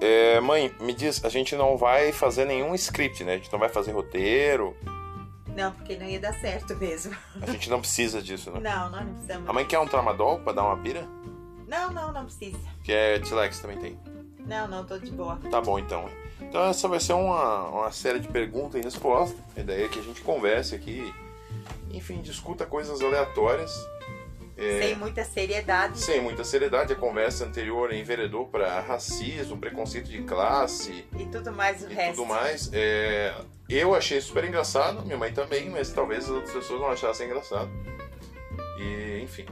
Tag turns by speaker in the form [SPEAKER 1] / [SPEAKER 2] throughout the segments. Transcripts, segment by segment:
[SPEAKER 1] É, mãe, me diz, a gente não vai fazer nenhum script, né? A gente não vai fazer roteiro.
[SPEAKER 2] Não, porque não ia dar certo mesmo.
[SPEAKER 1] A gente não precisa disso, né?
[SPEAKER 2] Não, nós não precisamos.
[SPEAKER 1] A mãe quer um tramadol pra dar uma pira?
[SPEAKER 2] Não, não, não precisa.
[SPEAKER 1] Que é Tilex também tem.
[SPEAKER 2] Não, não, tô de boa.
[SPEAKER 1] Tá bom então. Então essa vai ser uma, uma série de perguntas e respostas. A ideia é que a gente converse aqui, enfim, discuta coisas aleatórias. É,
[SPEAKER 2] Sem muita seriedade.
[SPEAKER 1] sem muita seriedade, a conversa anterior enveredou para racismo, preconceito de classe
[SPEAKER 2] E tudo mais o
[SPEAKER 1] e
[SPEAKER 2] resto.
[SPEAKER 1] tudo mais. É, eu achei super engraçado, minha mãe também, mas talvez as outras pessoas não achassem engraçado. E, enfim.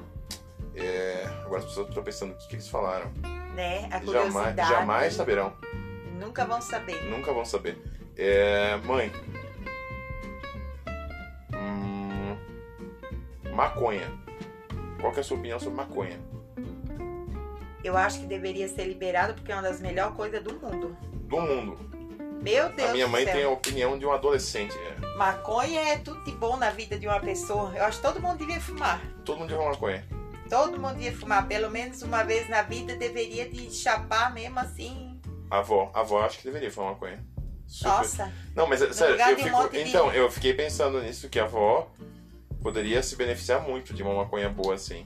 [SPEAKER 1] É, agora as pessoas estão pensando o que, que eles falaram.
[SPEAKER 2] Né? A
[SPEAKER 1] Jamais,
[SPEAKER 2] curiosidade.
[SPEAKER 1] jamais tá- saberão,
[SPEAKER 2] Nunca vão saber.
[SPEAKER 1] nunca vão saber. É, mãe. Hum, maconha. Qual que é a sua opinião sobre maconha?
[SPEAKER 2] Eu acho que deveria ser liberado porque é uma das melhores coisas do mundo.
[SPEAKER 1] Do mundo.
[SPEAKER 2] Meu Deus
[SPEAKER 1] a minha mãe
[SPEAKER 2] do céu.
[SPEAKER 1] tem a opinião de um adolescente. é.
[SPEAKER 2] Maconha é tudo de bom na vida de uma pessoa. Eu acho que todo mundo devia fumar.
[SPEAKER 1] Todo mundo ama maconha.
[SPEAKER 2] Todo mundo devia fumar. Pelo menos uma vez na vida deveria de chapar mesmo assim.
[SPEAKER 1] A avó. A avó acho que deveria fumar maconha. Super.
[SPEAKER 2] Nossa.
[SPEAKER 1] Não, mas é, sério,
[SPEAKER 2] lugar
[SPEAKER 1] eu
[SPEAKER 2] de um
[SPEAKER 1] fico-
[SPEAKER 2] monte de-
[SPEAKER 1] então, eu fiquei pensando nisso, que a avó poderia se beneficiar muito de uma maconha boa, assim.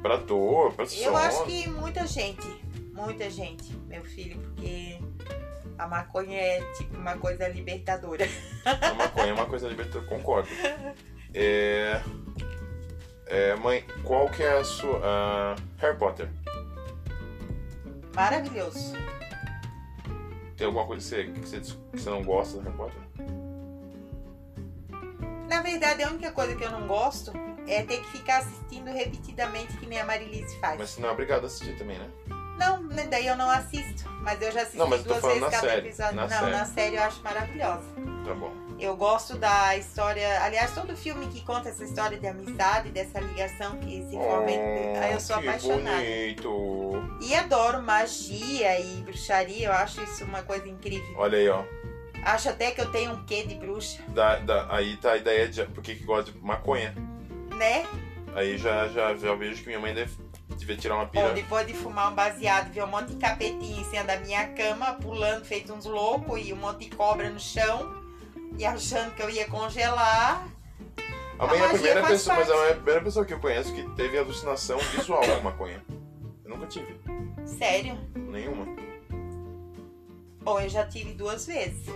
[SPEAKER 1] Pra dor, pra
[SPEAKER 2] Eu
[SPEAKER 1] sono.
[SPEAKER 2] acho que muita gente. Muita gente, meu filho, porque a maconha é tipo uma coisa libertadora.
[SPEAKER 1] A maconha é uma coisa libertadora, concordo. É... é, Mãe, qual que é a sua... ah, Harry Potter.
[SPEAKER 2] Maravilhoso.
[SPEAKER 1] Tem alguma coisa que você, que você, dis- que você não gosta do Harry Potter?
[SPEAKER 2] Na verdade, a única coisa que eu não gosto é ter que ficar assistindo repetidamente, que nem a Marilise faz.
[SPEAKER 1] Mas você não é obrigado a assistir também, né?
[SPEAKER 2] Não, né, daí eu não assisto. Mas eu já assisti
[SPEAKER 1] Não, mas eu tô
[SPEAKER 2] duas
[SPEAKER 1] falando
[SPEAKER 2] vezes
[SPEAKER 1] na
[SPEAKER 2] cada
[SPEAKER 1] série,
[SPEAKER 2] episódio.
[SPEAKER 1] na
[SPEAKER 2] não,
[SPEAKER 1] série.
[SPEAKER 2] na série eu acho maravilhosa.
[SPEAKER 1] Tá bom.
[SPEAKER 2] Eu gosto da história. Aliás, todo filme que conta essa história de amizade, dessa ligação que se forma entre. Ah, eu sou
[SPEAKER 1] Oh, que
[SPEAKER 2] apaixonada.
[SPEAKER 1] bonito.
[SPEAKER 2] E adoro magia e bruxaria. Eu acho isso uma coisa incrível.
[SPEAKER 1] Olha aí, ó.
[SPEAKER 2] Acho até que eu tenho um quê de bruxa,
[SPEAKER 1] Da, da- aí tá a ideia de por que que gosta de maconha.
[SPEAKER 2] né?
[SPEAKER 1] Aí já, já, já vejo que minha mãe deve, devia tirar uma pira.
[SPEAKER 2] Onde pode fumar um baseado, ver um monte de capetinho em cima da minha cama, pulando feito uns loucos e um monte de cobra no chão. E achando que eu ia congelar.
[SPEAKER 1] A mãe é a
[SPEAKER 2] magia
[SPEAKER 1] primeira
[SPEAKER 2] faz
[SPEAKER 1] pessoa, mas
[SPEAKER 2] parte.
[SPEAKER 1] ela é a primeira pessoa que eu conheço que teve alucinação visual com maconha. Eu nunca tive.
[SPEAKER 2] Sério.
[SPEAKER 1] Nenhuma.
[SPEAKER 2] Bom, eu já tive duas vezes.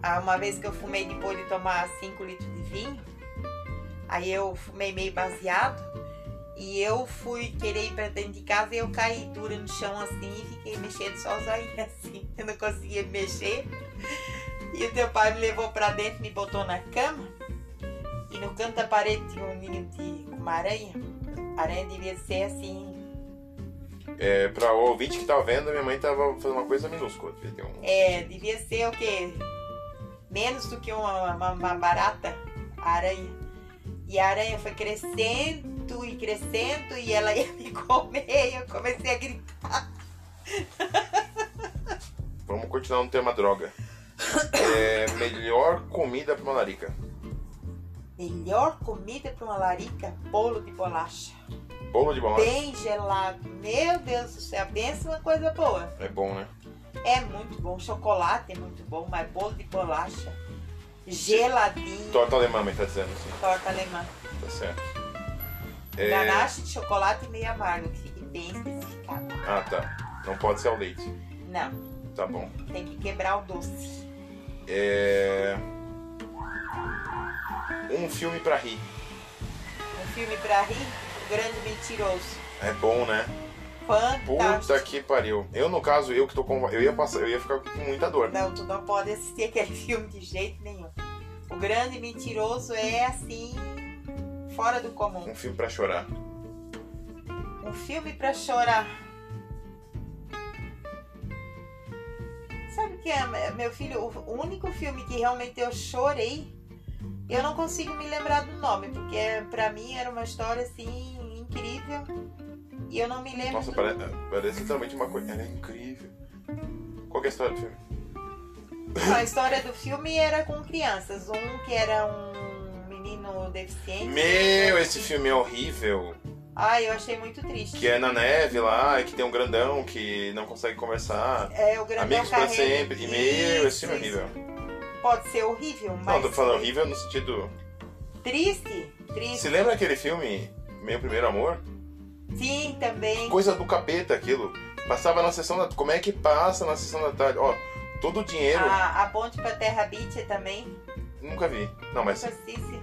[SPEAKER 2] Ah, uma vez que eu fumei depois de tomar 5 litros de vinho, aí eu fumei meio baseado e eu fui querer ir pra dentro de casa e eu caí dura no chão assim e fiquei mexendo só os olhinhos assim. Eu não conseguia me mexer. E o teu pai me levou pra dentro, me botou na cama e no canto da parede tinha um ninho de uma aranha. A aranha devia ser assim,
[SPEAKER 1] É, pra o ouvinte que tá vendo, minha mãe tava fazendo uma coisa minúscula. Devia ter um...
[SPEAKER 2] É, devia ser o quê? Menos do que uma, uma- uma barata, a aranha. E a aranha foi crescendo e crescendo e ela ia me comer e eu comecei a gritar.
[SPEAKER 1] Vamos continuar no tema droga. É, melhor comida pra uma larica.
[SPEAKER 2] Melhor comida para uma larica, bolo de bolacha.
[SPEAKER 1] Bolo de bolacha.
[SPEAKER 2] Bem gelado. Meu Deus do céu, pensa uma coisa boa.
[SPEAKER 1] É bom, né?
[SPEAKER 2] É muito bom. Chocolate é muito bom, mas bolo de bolacha. Geladinho.
[SPEAKER 1] Torta alemã, mãe tá dizendo assim.
[SPEAKER 2] Torta alemã.
[SPEAKER 1] Tá certo.
[SPEAKER 2] Ganache de chocolate meio amargo, que fique bem especificado.
[SPEAKER 1] Ah, tá. Não pode ser ao leite.
[SPEAKER 2] Não.
[SPEAKER 1] Tá bom.
[SPEAKER 2] Tem que quebrar o doce.
[SPEAKER 1] É... Um filme pra rir.
[SPEAKER 2] Um filme pra rir, o grande mentiroso.
[SPEAKER 1] É bom, né? Puta
[SPEAKER 2] Fantástico.
[SPEAKER 1] que pariu. Eu, no caso, eu que tô com... Eu ia, passar, eu ia ficar com muita dor.
[SPEAKER 2] Não, tu não pode assistir aquele filme de jeito nenhum. O grande mentiroso é assim. Fora do comum.
[SPEAKER 1] Um filme pra chorar.
[SPEAKER 2] Um filme pra chorar. Sabe o que é, meu filho? O único filme que realmente eu chorei, eu não consigo me lembrar do nome, porque pra mim era uma história assim incrível. E eu não me lembro
[SPEAKER 1] Nossa,
[SPEAKER 2] do
[SPEAKER 1] pare... parece literalmente uma coisa... Ela é incrível. Qual que é a história do filme?
[SPEAKER 2] Não, A história do filme era com crianças. Um que era um menino deficiente.
[SPEAKER 1] Meu, esse
[SPEAKER 2] que-
[SPEAKER 1] filme é horrível.
[SPEAKER 2] Ai, eu achei muito triste.
[SPEAKER 1] Que é na neve lá, e que tem um grandão que não consegue conversar.
[SPEAKER 2] É, o grandão
[SPEAKER 1] Amigos pra
[SPEAKER 2] carrega-
[SPEAKER 1] sempre. E-mail, esse
[SPEAKER 2] Isso,
[SPEAKER 1] filme é horrível.
[SPEAKER 2] isso. Pode ser horrível, mas.
[SPEAKER 1] Não, tô falando horrível no sentido.
[SPEAKER 2] Triste, triste.
[SPEAKER 1] Se lembra aquele filme Meu Primeiro Amor?
[SPEAKER 2] Sim, também.
[SPEAKER 1] Coisa do capeta aquilo. Passava na sessão da. Como é que passa na sessão da tarde? Ó, todo o dinheiro.
[SPEAKER 2] A, a ponte pra Terra Beach também.
[SPEAKER 1] Nunca vi. Não, mas,
[SPEAKER 2] Fascíssimo.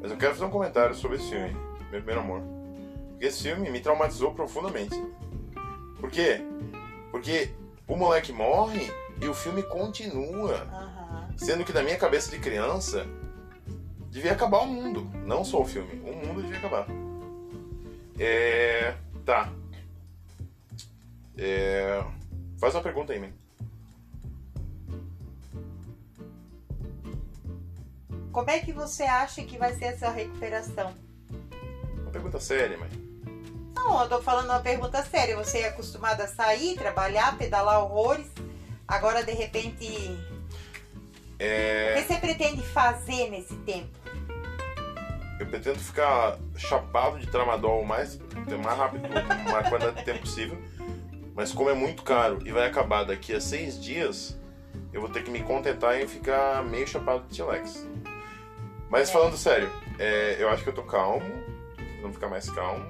[SPEAKER 1] mas eu quero fazer um comentário sobre esse filme, Meu Primeiro Amor. Porque esse filme me traumatizou profundamente. Por quê? Porque o moleque morre e o filme continua.
[SPEAKER 2] Aham.
[SPEAKER 1] Sendo que na minha cabeça de criança devia acabar o mundo, não só o filme. O mundo devia acabar. É. Tá. É. Faz uma pergunta aí, mim.
[SPEAKER 2] Como é que você acha que vai ser essa recuperação?
[SPEAKER 1] Uma pergunta séria, mãe.
[SPEAKER 2] Não, eu tô falando uma pergunta séria. Você é acostumada a sair, trabalhar, pedalar horrores. Agora, de repente. O
[SPEAKER 1] É.
[SPEAKER 2] que você pretende fazer nesse tempo?
[SPEAKER 1] Eu pretendo ficar chapado de tramadol o mais, o mais rápido, o mais quantidade de tempo possível. Mas como é muito caro e vai acabar daqui a seis dias, eu vou ter que me contentar em ficar meio chapado de Tilex. Mas falando sério, é, eu acho que eu tô calmo, não ficar mais calmo.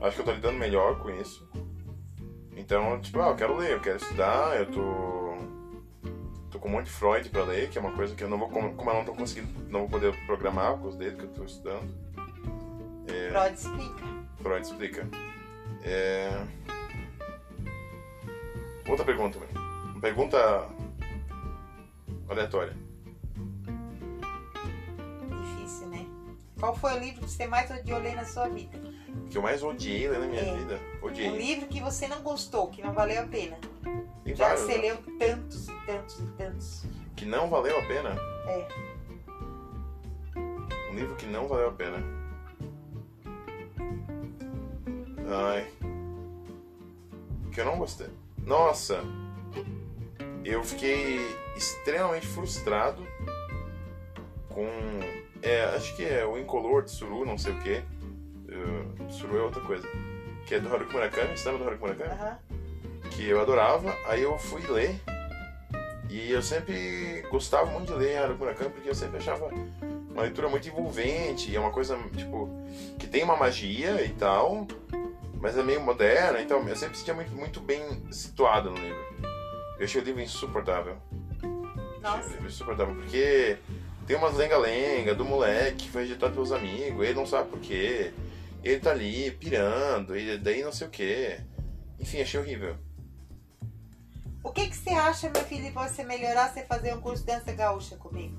[SPEAKER 1] Eu acho que eu tô lidando melhor com isso. Então, tipo, ah, eu quero ler, eu quero estudar, eu tô. Tô com um monte de Freud pra ler, que é uma coisa que eu não vou. Como eu não tô conseguindo, não vou poder programar com os dedos que eu tô estudando. É.
[SPEAKER 2] Freud explica.
[SPEAKER 1] Freud explica. É... Outra pergunta, mãe. Uma pergunta aleatória.
[SPEAKER 2] Difícil, né? Qual foi o livro que você mais odiou ler na sua vida?
[SPEAKER 1] Que eu mais odiei ler na minha
[SPEAKER 2] É.
[SPEAKER 1] vida.
[SPEAKER 2] Um
[SPEAKER 1] Odiei.
[SPEAKER 2] livro que você não gostou, que não valeu a pena.
[SPEAKER 1] Tem
[SPEAKER 2] Já que
[SPEAKER 1] vários,
[SPEAKER 2] você
[SPEAKER 1] né?
[SPEAKER 2] leu tantos e tantos e tantos.
[SPEAKER 1] Que não valeu a pena.
[SPEAKER 2] É.
[SPEAKER 1] Um livro que não valeu a pena. Ai. Que eu não gostei. Nossa! Eu fiquei extremamente frustrado com. É, acho que é o Incolor de Suru, não sei o que. Suru é outra coisa. Que é do Haruki Murakami, você lembra do Haruki Murakami?
[SPEAKER 2] Aham.
[SPEAKER 1] que eu adorava, aí eu fui ler. E eu sempre gostava muito de ler Haruki Murakami porque eu sempre achava uma leitura muito envolvente, e é uma coisa tipo que tem uma magia e tal, mas é meio moderna, então eu sempre me sentia muito, muito bem situado no livro. Eu achei o livro insuportável.
[SPEAKER 2] Nossa.
[SPEAKER 1] Achei o livro insuportável porque tem umas lenga-lenga do moleque que foi rejeitado pelos amigos, ele não sabe por quê. Ele tá ali pirando, e daí não sei o quê. Enfim, achei horrível.
[SPEAKER 2] O que, que você acha, meu filho, de você melhorar você fazer um curso de dança gaúcha comigo?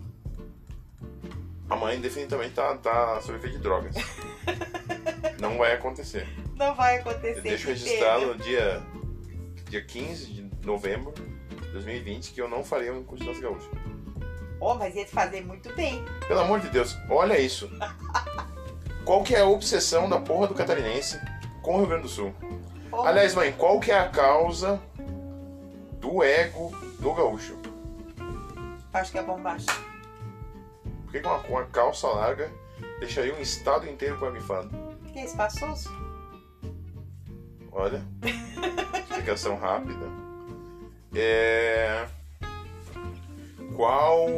[SPEAKER 1] A mãe definitivamente tá, tá sob efeito de drogas. Não vai acontecer.
[SPEAKER 2] Não vai
[SPEAKER 1] Eu
[SPEAKER 2] acontecer.
[SPEAKER 1] deixo
[SPEAKER 2] que
[SPEAKER 1] registrado
[SPEAKER 2] pena.
[SPEAKER 1] no dia, dia 15 de novembro de 2020 que eu não farei um curso de dança gaúcha.
[SPEAKER 2] Oh, mas ia te fazer muito bem.
[SPEAKER 1] Pelo amor de Deus, olha isso. Qual que é a obsessão da porra do catarinense com o Rio Grande do Sul?
[SPEAKER 2] Oh,
[SPEAKER 1] Aliás, mãe, qual que é a causa do ego do gaúcho?
[SPEAKER 2] Acho que é bombacha.
[SPEAKER 1] Por que que uma, uma calça larga deixaria um estado inteiro com a bifada?
[SPEAKER 2] Que é espaçoso?
[SPEAKER 1] Olha. Explicação rápida. É... Qual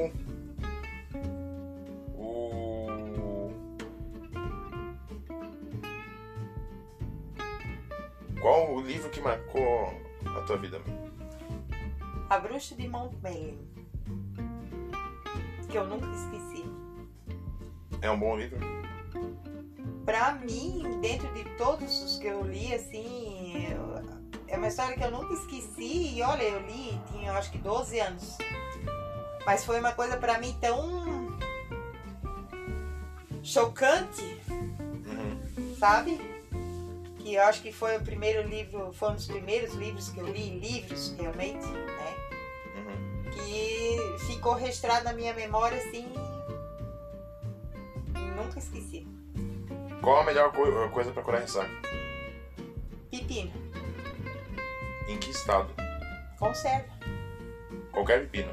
[SPEAKER 1] o. Qual o livro que marcou a tua vida? mãe?
[SPEAKER 2] A bruxa de Montmelin. Que eu nunca esqueci.
[SPEAKER 1] É um bom livro?
[SPEAKER 2] Pra mim, dentro de todos os que eu li, assim, eu- é uma história que eu nunca esqueci. E olha, eu li, tinha eu acho que 12 anos. Mas foi uma coisa pra mim tão chocante sabe? Que eu acho que foi o primeiro livro, foi um dos primeiros livros que eu li, livros realmente, né?
[SPEAKER 1] Uhum.
[SPEAKER 2] Que ficou registrado na minha memória assim. Nunca esqueci.
[SPEAKER 1] Qual a melhor co- coisa para curar ressaca?
[SPEAKER 2] Pepino,
[SPEAKER 1] Em que estado?
[SPEAKER 2] conserva.
[SPEAKER 1] Qualquer pepino.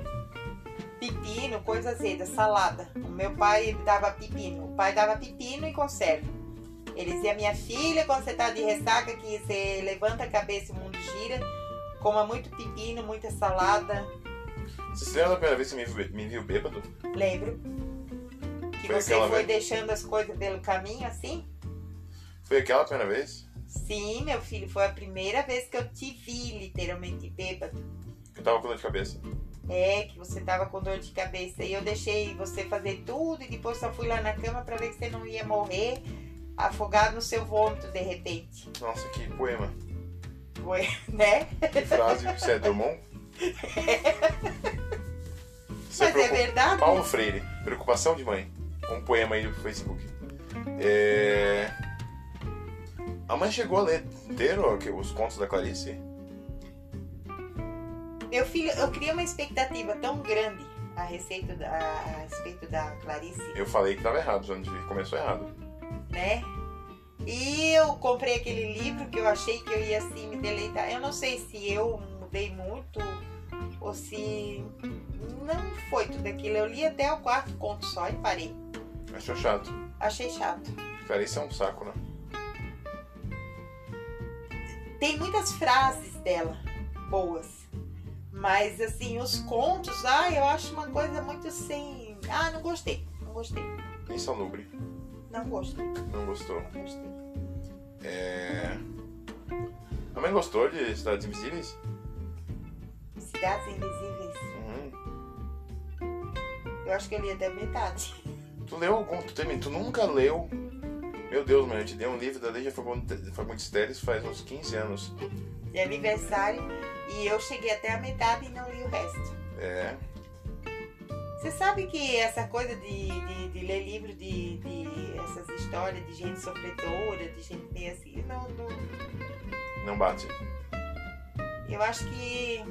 [SPEAKER 2] Pepino, coisa azeda, salada. O meu pai dava pepino. O pai dava pepino e conserva. Ele dizia, minha filha, quando você tá de ressaca, que você levanta a cabeça e o mundo gira, coma muito pepino, muita salada.
[SPEAKER 1] Você se lembra da primeira vez que você me viu, me viu bêbado?
[SPEAKER 2] Lembro. Que
[SPEAKER 1] Foi
[SPEAKER 2] você
[SPEAKER 1] aquela
[SPEAKER 2] foi
[SPEAKER 1] vez?
[SPEAKER 2] deixando as coisas pelo caminho assim?
[SPEAKER 1] Foi aquela primeira vez?
[SPEAKER 2] Sim, meu filho, foi a primeira vez que eu te vi literalmente bêbado.
[SPEAKER 1] Que eu tava com dor de cabeça.
[SPEAKER 2] É, que você tava com dor de cabeça. E eu deixei você fazer tudo e depois só fui lá na cama pra ver que você não ia morrer afogado no seu vômito de repente.
[SPEAKER 1] Nossa, que poema.
[SPEAKER 2] Foi, né?
[SPEAKER 1] Que frase do Céu Drummond. Você
[SPEAKER 2] Mas é
[SPEAKER 1] preocupa-
[SPEAKER 2] verdade.
[SPEAKER 1] Paulo Freire, Preocupação de Mãe. Um poema aí do Facebook. É... A mãe chegou a ler inteiro que- os contos da Clarice?
[SPEAKER 2] Meu filho, eu criei uma expectativa tão grande a respeito da, a respeito da Clarice,
[SPEAKER 1] Eu falei que tava errado, já onde começou errado.
[SPEAKER 2] né? E eu comprei aquele livro que eu achei que eu ia assim me deleitar. Eu não sei se eu mudei muito ou se não foi tudo aquilo. Eu li até o quarto conto só e parei.
[SPEAKER 1] Achou chato.
[SPEAKER 2] Achei chato.
[SPEAKER 1] Clarice é um saco, né?
[SPEAKER 2] Tem muitas frases dela boas. Mas assim, os contos, ah, eu acho uma coisa muito assim. Ah, não gostei. Não gostei.
[SPEAKER 1] Insalubre.
[SPEAKER 2] Não gostei.
[SPEAKER 1] Não gostou.
[SPEAKER 2] Não gostei.
[SPEAKER 1] A mãe gostou de Cidades Invisíveis?
[SPEAKER 2] Cidades Invisíveis.
[SPEAKER 1] Uhum.
[SPEAKER 2] Eu acho que eu li até metade.
[SPEAKER 1] Tu leu algum? Tu, tem, tu nunca leu? Meu Deus, mãe, eu te dei um livro da Lígia Fagundes Fagundes Teles faz uns 15 anos.
[SPEAKER 2] De aniversário. E eu cheguei até a metade e não li o resto.
[SPEAKER 1] É.
[SPEAKER 2] Você sabe que essa coisa de, de, de ler livro de, de essas histórias de gente sofredora, de gente meio assim, não, não,
[SPEAKER 1] Não bate.
[SPEAKER 2] eu acho que.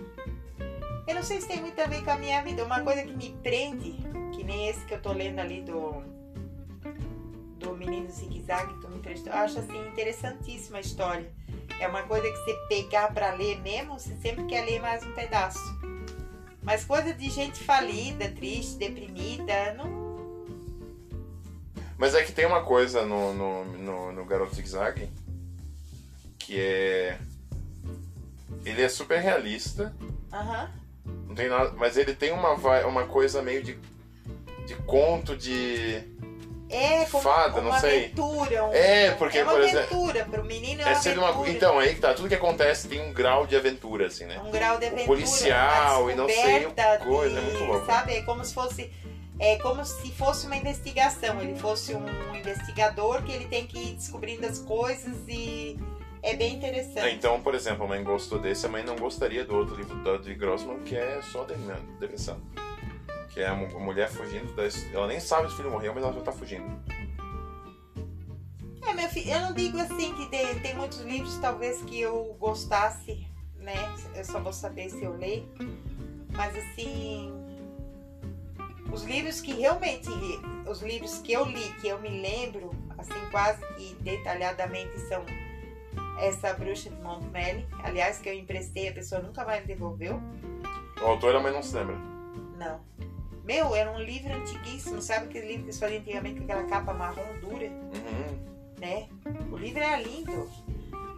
[SPEAKER 2] Eu não sei se tem muito a ver com a minha vida. Uma coisa que me prende, que nem esse que eu tô lendo ali do. Do menino zigue-zague que tu me emprestou. Eu acho assim interessantíssima a história. É uma coisa que você pegar pra ler mesmo, você sempre quer ler mais um pedaço. Mas coisa de gente falida, triste, deprimida, não.
[SPEAKER 1] Mas é que tem uma coisa no, no, no, no Garoto Zig Zag que é. Ele é super realista,
[SPEAKER 2] Aham.
[SPEAKER 1] não tem nada. Mas ele tem uma, vai- uma coisa meio de. de conto de.
[SPEAKER 2] É como
[SPEAKER 1] Fada, não
[SPEAKER 2] uma
[SPEAKER 1] sei.
[SPEAKER 2] aventura. Um...
[SPEAKER 1] É, porque,
[SPEAKER 2] é uma
[SPEAKER 1] por exemplo.
[SPEAKER 2] aventura. Pro menino é uma
[SPEAKER 1] É sempre uma.
[SPEAKER 2] aventura.
[SPEAKER 1] Então, aí que tá. Tudo que acontece tem um grau de aventura, assim, né?
[SPEAKER 2] um grau de aventura,
[SPEAKER 1] policial
[SPEAKER 2] uma
[SPEAKER 1] e não sei o
[SPEAKER 2] descoberta
[SPEAKER 1] coisa,
[SPEAKER 2] de-
[SPEAKER 1] é muito louco.
[SPEAKER 2] Sabe, é como se fosse é como se fosse uma investigação, ele fosse um investigador que ele tem que ir descobrindo as coisas e é bem
[SPEAKER 1] É,
[SPEAKER 2] interessante.
[SPEAKER 1] Então, por exemplo, a mãe gostou desse, a mãe não gostaria do outro livro da de Grossman, que é só de- depressão. Que é a mu- a mulher fugindo da. Ela nem sabe se o filho morreu, mas ela já tá fugindo.
[SPEAKER 2] É, meu filho, eu não digo assim que tem, tem muitos livros talvez que eu gostasse, né? Eu só vou saber se eu ler. Mas assim, os livros que realmente, os livros que eu li, que eu me lembro, assim quase que detalhadamente são essa Bruxa de Montmelli, aliás que eu emprestei, a pessoa nunca mais me devolveu.
[SPEAKER 1] O autor um a mãe não se lembra.
[SPEAKER 2] Não. Meu, era um livro antiguíssimo, sabe aquele livro que eles faziam antigamente com aquela capa marrom dura?
[SPEAKER 1] Uhum.
[SPEAKER 2] né? O livro era lindo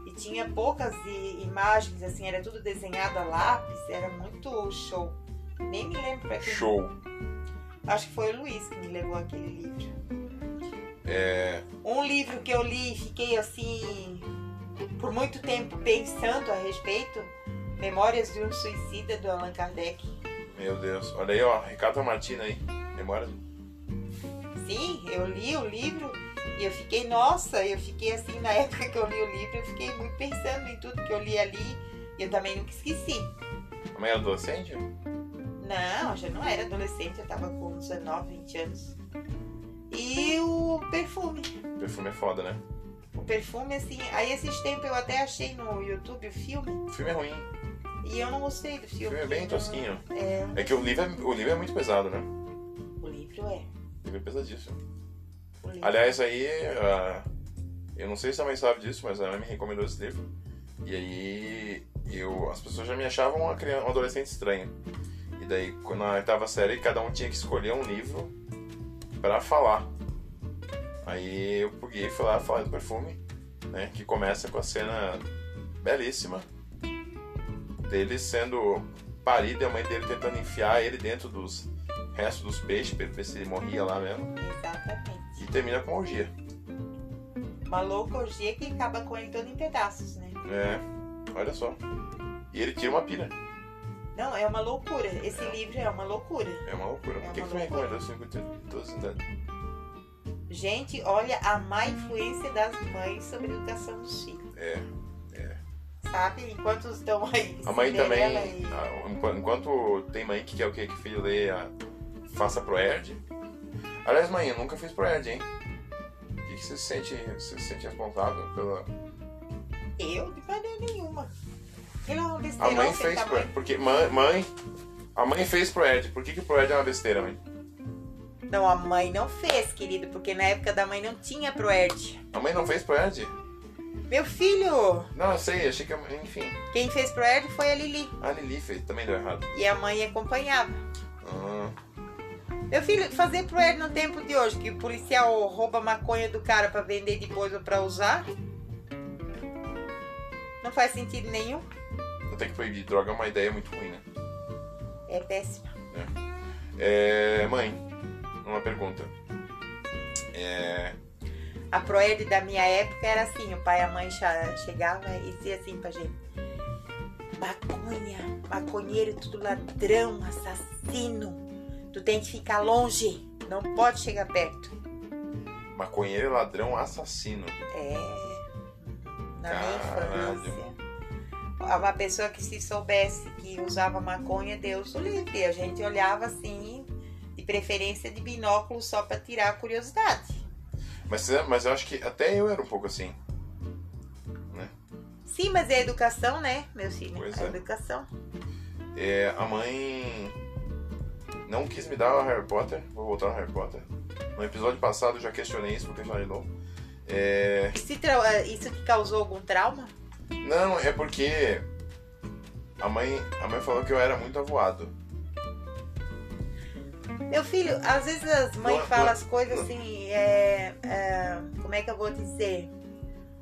[SPEAKER 2] e tinha poucas i- imagens, assim, era tudo desenhado a lápis, era muito show. Nem me lembro pra quem.
[SPEAKER 1] Show.
[SPEAKER 2] Acho que foi o Luiz que me levou aquele livro.
[SPEAKER 1] É,
[SPEAKER 2] Um livro que eu li e fiquei assim por muito tempo pensando a respeito, Memórias de um Suicida do Allan Kardec.
[SPEAKER 1] meu Deus. Olha aí, ó. Ricardo Martina aí. Memória.
[SPEAKER 2] Sim, eu li o livro e eu fiquei, nossa, eu fiquei assim, na época que eu li o livro, eu fiquei muito pensando em tudo que eu li ali e eu também nunca esqueci.
[SPEAKER 1] A mãe era é adolescente?
[SPEAKER 2] Não, eu já não era adolescente, eu tava com 19, 20 anos. E o perfume.
[SPEAKER 1] Perfume é foda, né?
[SPEAKER 2] O perfume, assim. Aí esses tempos eu até achei no YouTube o filme.
[SPEAKER 1] O filme é ruim.
[SPEAKER 2] E eu não gostei do
[SPEAKER 1] O
[SPEAKER 2] filme.
[SPEAKER 1] filme é bem
[SPEAKER 2] não-
[SPEAKER 1] tosquinho.
[SPEAKER 2] É,
[SPEAKER 1] É que o livro é, o livro é muito pesado, né?
[SPEAKER 2] o livro é.
[SPEAKER 1] O livro é pesadíssimo.
[SPEAKER 2] O livro.
[SPEAKER 1] Aliás, aí. ah, eu não sei se a mãe sabe disso, mas a mãe me recomendou esse livro. E aí. Eu, as pessoas já me achavam uma criança, um adolescente estranho. E daí, quando na oitava série, cada um tinha que escolher um livro pra falar. Aí eu peguei e fui lá falar do perfume, né? Que começa com a cena belíssima dele sendo parido e a mãe dele tentando enfiar ele dentro dos restos dos peixes pra ele ver se ele morria lá mesmo. E
[SPEAKER 2] é, Exatamente.
[SPEAKER 1] termina com orgia.
[SPEAKER 2] Uma louca orgia que acaba com ele todo em pedaços, né?
[SPEAKER 1] É, olha só. E ele tira uma pilha.
[SPEAKER 2] Não, é uma loucura. Esse livro é uma loucura.
[SPEAKER 1] É uma loucura. Por
[SPEAKER 2] É
[SPEAKER 1] que,
[SPEAKER 2] uma
[SPEAKER 1] que tu me
[SPEAKER 2] loucura.
[SPEAKER 1] recomendou 52
[SPEAKER 2] Gente, olha a má influência das mães sobre a educação dos filhos.
[SPEAKER 1] É.
[SPEAKER 2] Sabe? Enquanto estão aí.
[SPEAKER 1] A mãe também,
[SPEAKER 2] Cinderela e-
[SPEAKER 1] a- enqu- enquanto tem mãe que quer o quê? Que filho leia, faça proerd. Aliás, mãe, eu nunca fiz proerd, hein? O que, que você, se sente, você se sente responsável pela.
[SPEAKER 2] Eu, de maneira nenhuma. Aquilo é uma
[SPEAKER 1] A
[SPEAKER 2] besteira.
[SPEAKER 1] mãe fez proerd. Porque, mãe, mãe, a mãe fez proerd. Por que, que proerd é uma besteira, mãe?
[SPEAKER 2] Não, a mãe não fez, querido, porque na época da mãe não tinha Proerd.
[SPEAKER 1] A mãe não fez proerd?
[SPEAKER 2] Meu filho,
[SPEAKER 1] Não, eu sei, achei que. a mãe- Enfim,
[SPEAKER 2] quem fez Proerd foi a Lili.
[SPEAKER 1] a Lili fez, também deu errado.
[SPEAKER 2] E a mãe acompanhava.
[SPEAKER 1] Ah,
[SPEAKER 2] Meu filho, fazer Proerd no tempo de hoje, que o policial rouba a maconha do cara pra vender depois ou pra usar, não faz sentido nenhum.
[SPEAKER 1] até que proibir droga é uma ideia muito ruim, né?
[SPEAKER 2] É péssima.
[SPEAKER 1] É, mãe, uma pergunta. É,
[SPEAKER 2] A Proerd da minha época era assim, o pai e a mãe cha- chegava e dizia assim pra gente. Maconha, maconheiro, tudo ladrão, assassino. Tu tem que ficar longe, não pode chegar perto.
[SPEAKER 1] maconheiro, ladrão, assassino.
[SPEAKER 2] É. Na
[SPEAKER 1] Caralho.
[SPEAKER 2] minha infância. Uma pessoa que se soubesse que usava maconha, Deus o livre. A gente olhava assim, de preferência de binóculo, só pra tirar a curiosidade.
[SPEAKER 1] Mas, você- mas eu acho que até eu era um pouco assim.
[SPEAKER 2] Sim, mas é educação, né, meu filho?
[SPEAKER 1] Pois
[SPEAKER 2] é
[SPEAKER 1] é.
[SPEAKER 2] educação.
[SPEAKER 1] É, a mãe não quis me dar o Harry Potter. Vou voltar no Harry Potter. No episódio passado eu já questionei isso, vou questionar de novo. É,
[SPEAKER 2] Se trau- Isso te causou algum trauma?
[SPEAKER 1] não, é porque a mãe, a mãe falou que eu era muito avoado.
[SPEAKER 2] Meu filho, às vezes as mães
[SPEAKER 1] Não,
[SPEAKER 2] falam
[SPEAKER 1] não,
[SPEAKER 2] as coisas
[SPEAKER 1] não.
[SPEAKER 2] assim, é, é, como é que eu vou te dizer?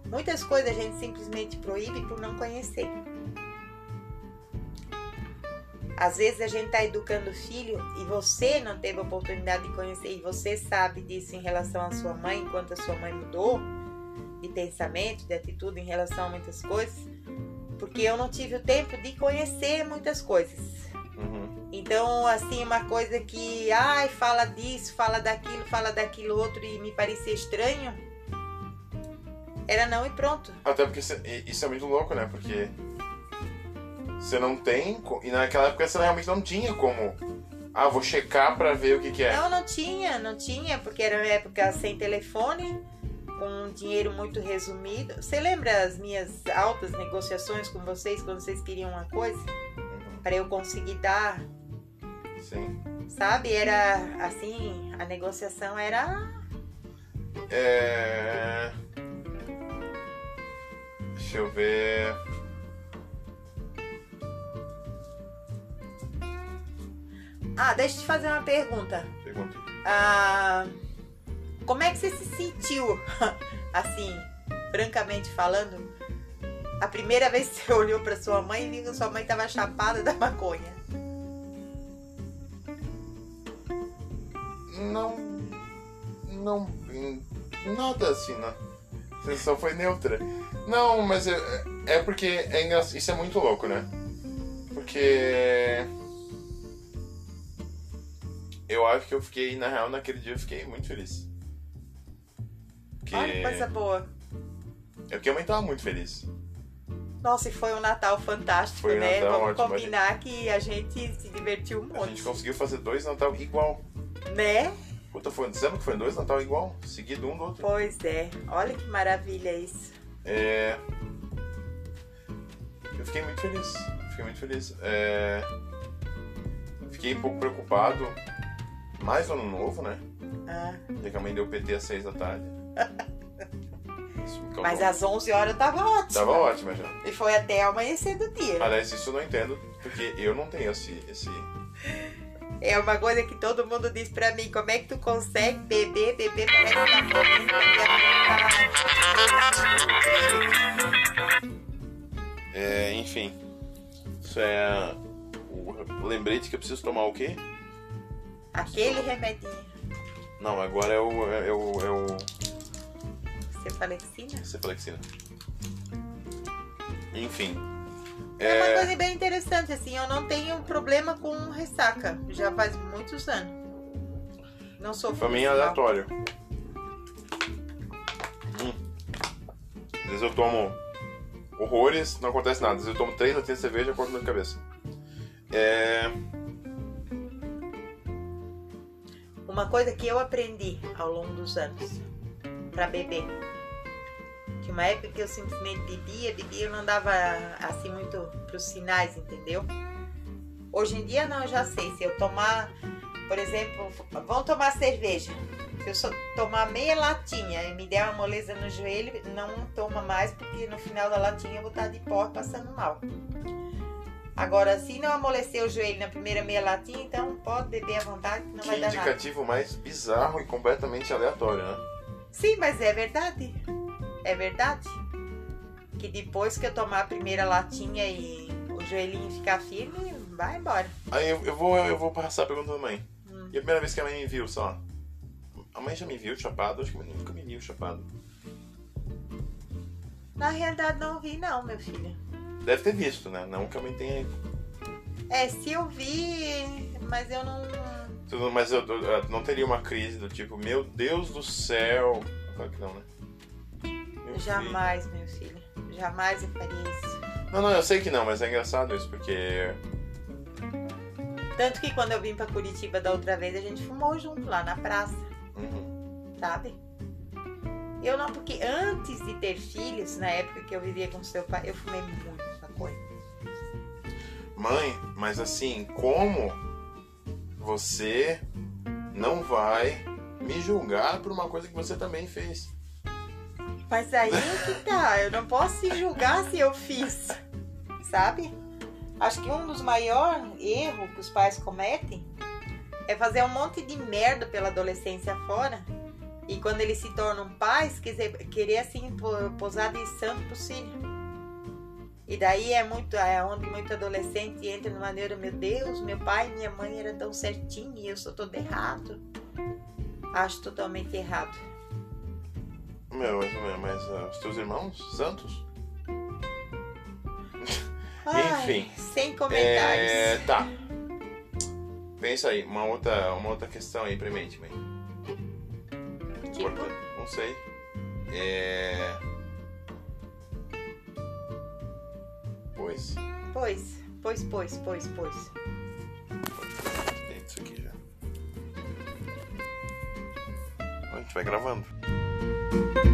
[SPEAKER 2] Muitas coisas a gente simplesmente proíbe por não conhecer. Às vezes a gente está educando o filho e você não teve a oportunidade de conhecer e você sabe disso em relação à sua mãe, enquanto a sua mãe mudou de pensamento, de atitude em relação a muitas coisas, porque eu não tive o tempo de conhecer muitas coisas.
[SPEAKER 1] Uhum.
[SPEAKER 2] Então, assim, uma coisa que, ai, fala disso, fala daquilo, fala daquilo outro e me parecia estranho, era não e pronto.
[SPEAKER 1] Até porque cê- e- isso é muito louco, né? Porque você não tem. co- E naquela época você realmente não tinha como. Ah, vou checar pra ver o que, que é.
[SPEAKER 2] Não, não tinha, não tinha, porque era uma época sem telefone, com um dinheiro muito resumido. Você lembra as minhas altas negociações com vocês, quando vocês queriam uma coisa,
[SPEAKER 1] Uhum,
[SPEAKER 2] para eu conseguir dar
[SPEAKER 1] Sim.
[SPEAKER 2] Sabe, era assim, a negociação era.
[SPEAKER 1] É. Deixa eu ver.
[SPEAKER 2] Ah, deixa eu te fazer uma pergunta.
[SPEAKER 1] Pergunta.
[SPEAKER 2] Ah, como é que você se sentiu, assim, francamente falando, a primeira vez que você olhou pra sua mãe e viu que sua mãe tava chapada da maconha?
[SPEAKER 1] Não. Não. hum, Nada assim, não. A sensação foi neutra. Não, mas é, é porque é engraçado. Isso é muito louco, né? Porque. Eu acho que eu fiquei, na real, naquele dia eu fiquei muito feliz. Porque.
[SPEAKER 2] Olha que coisa boa.
[SPEAKER 1] É porque a mãe tava muito feliz.
[SPEAKER 2] Nossa, e foi um Natal fantástico,
[SPEAKER 1] Foi um
[SPEAKER 2] né?
[SPEAKER 1] Natal
[SPEAKER 2] Vamos
[SPEAKER 1] ótimo,
[SPEAKER 2] combinar que a gente se divertiu um
[SPEAKER 1] A
[SPEAKER 2] monte,
[SPEAKER 1] gente conseguiu fazer dois Natal igual.
[SPEAKER 2] né?
[SPEAKER 1] Puta, foi, dizemos que foi dois Natal igual, seguido um do outro.
[SPEAKER 2] Pois é. Olha que maravilha isso.
[SPEAKER 1] É... Eu fiquei muito feliz. Fiquei muito feliz. É... Fiquei um pouco preocupado. Mais no ano novo, né?
[SPEAKER 2] Ah,
[SPEAKER 1] Já que a mãe deu PT às seis da tarde. Isso me causou-
[SPEAKER 2] mas às 11 horas tava ótimo.
[SPEAKER 1] Tava ótima já.
[SPEAKER 2] E foi até amanhecer do dia.
[SPEAKER 1] Aliás, isso eu não entendo, porque eu não tenho esse, esse,
[SPEAKER 2] É uma coisa que todo mundo diz pra mim, como é que tu consegue beber, beber, parece que tá feliz,
[SPEAKER 1] É, enfim. Isso é o lembrete que eu preciso tomar o quê?
[SPEAKER 2] Aquele remedinho.
[SPEAKER 1] Não, agora é o. É, o, é o
[SPEAKER 2] Cefalexina?
[SPEAKER 1] cefalexina. Enfim.
[SPEAKER 2] É... uma coisa bem interessante, assim, eu não tenho problema com ressaca, já faz muitos anos. Não sou
[SPEAKER 1] Pra mim é aleatório. Hum. Às vezes eu tomo horrores, não acontece nada. Às vezes eu tomo três latinhas de cerveja e acordo na cabeça. É.
[SPEAKER 2] Uma coisa que eu aprendi ao longo dos anos pra beber. Que uma época que eu simplesmente bebia, bebia, eu não dava assim muito pros sinais, entendeu? Hoje em dia não, eu já sei. Se eu tomar, por exemplo, vão tomar cerveja. Se eu só tomar meia latinha e me der uma moleza no joelho, não toma mais, porque no final da latinha eu vou estar de pó passando mal. Agora, se não amolecer o joelho na primeira meia latinha, então pode beber à vontade, que não
[SPEAKER 1] Que
[SPEAKER 2] vai dar nada.
[SPEAKER 1] indicativo mais bizarro e completamente aleatório, né?
[SPEAKER 2] Sim, mas é verdade. É verdade. Que depois que eu tomar a primeira latinha e o joelhinho ficar firme, vai embora.
[SPEAKER 1] Aí eu, eu vou, eu vou passar a pergunta da mãe.
[SPEAKER 2] Hum.
[SPEAKER 1] E a primeira vez que a mãe me viu, sei lá. A mãe já me viu chapado? Acho que a mãe nunca me viu chapado.
[SPEAKER 2] Na realidade, não vi, não, meu filho.
[SPEAKER 1] Deve ter visto, né? Não que a mãe tenha.
[SPEAKER 2] É, se eu vi, mas eu não.
[SPEAKER 1] Tudo, Mas eu, eu- eu não teria uma crise do tipo, meu Deus do céu. Claro que não, né? Meu filho.
[SPEAKER 2] Jamais, meu filho. Jamais eu faria isso.
[SPEAKER 1] Não, não, eu sei que não, mas é engraçado isso, porque.
[SPEAKER 2] Tanto que quando eu vim pra Curitiba da outra vez, a gente fumou junto lá na praça.
[SPEAKER 1] Uhum.
[SPEAKER 2] sabe? Eu não, porque antes de ter filhos, na época que eu vivia com seu pai, eu fumei muita coisa.
[SPEAKER 1] Mãe, mas assim, como você não vai me julgar por uma coisa que você também fez?
[SPEAKER 2] Mas aí é que tá, eu não posso te julgar se eu fiz, sabe? Acho que um dos maiores erros que os pais cometem é fazer um monte de merda pela adolescência fora e quando eles se tornam pais, quer dizer, querer assim po- posar de santo pro filho. E daí é muito é onde muito adolescente entra numa maneira, meu Deus, meu pai e minha mãe eram tão certinho e eu sou todo errado. Acho totalmente errado.
[SPEAKER 1] Meu, mas, mas ah, os teus irmãos, Santos? Enfim,
[SPEAKER 2] Sem comentários.
[SPEAKER 1] É, tá. Pensa aí, uma outra, uma outra questão aí pra mente, mãe.
[SPEAKER 2] Tipo?
[SPEAKER 1] Importante. Não sei. É. Pois.
[SPEAKER 2] Pois, pois, pois, pois, pois.
[SPEAKER 1] Tem isso aqui já. A gente vai gravando.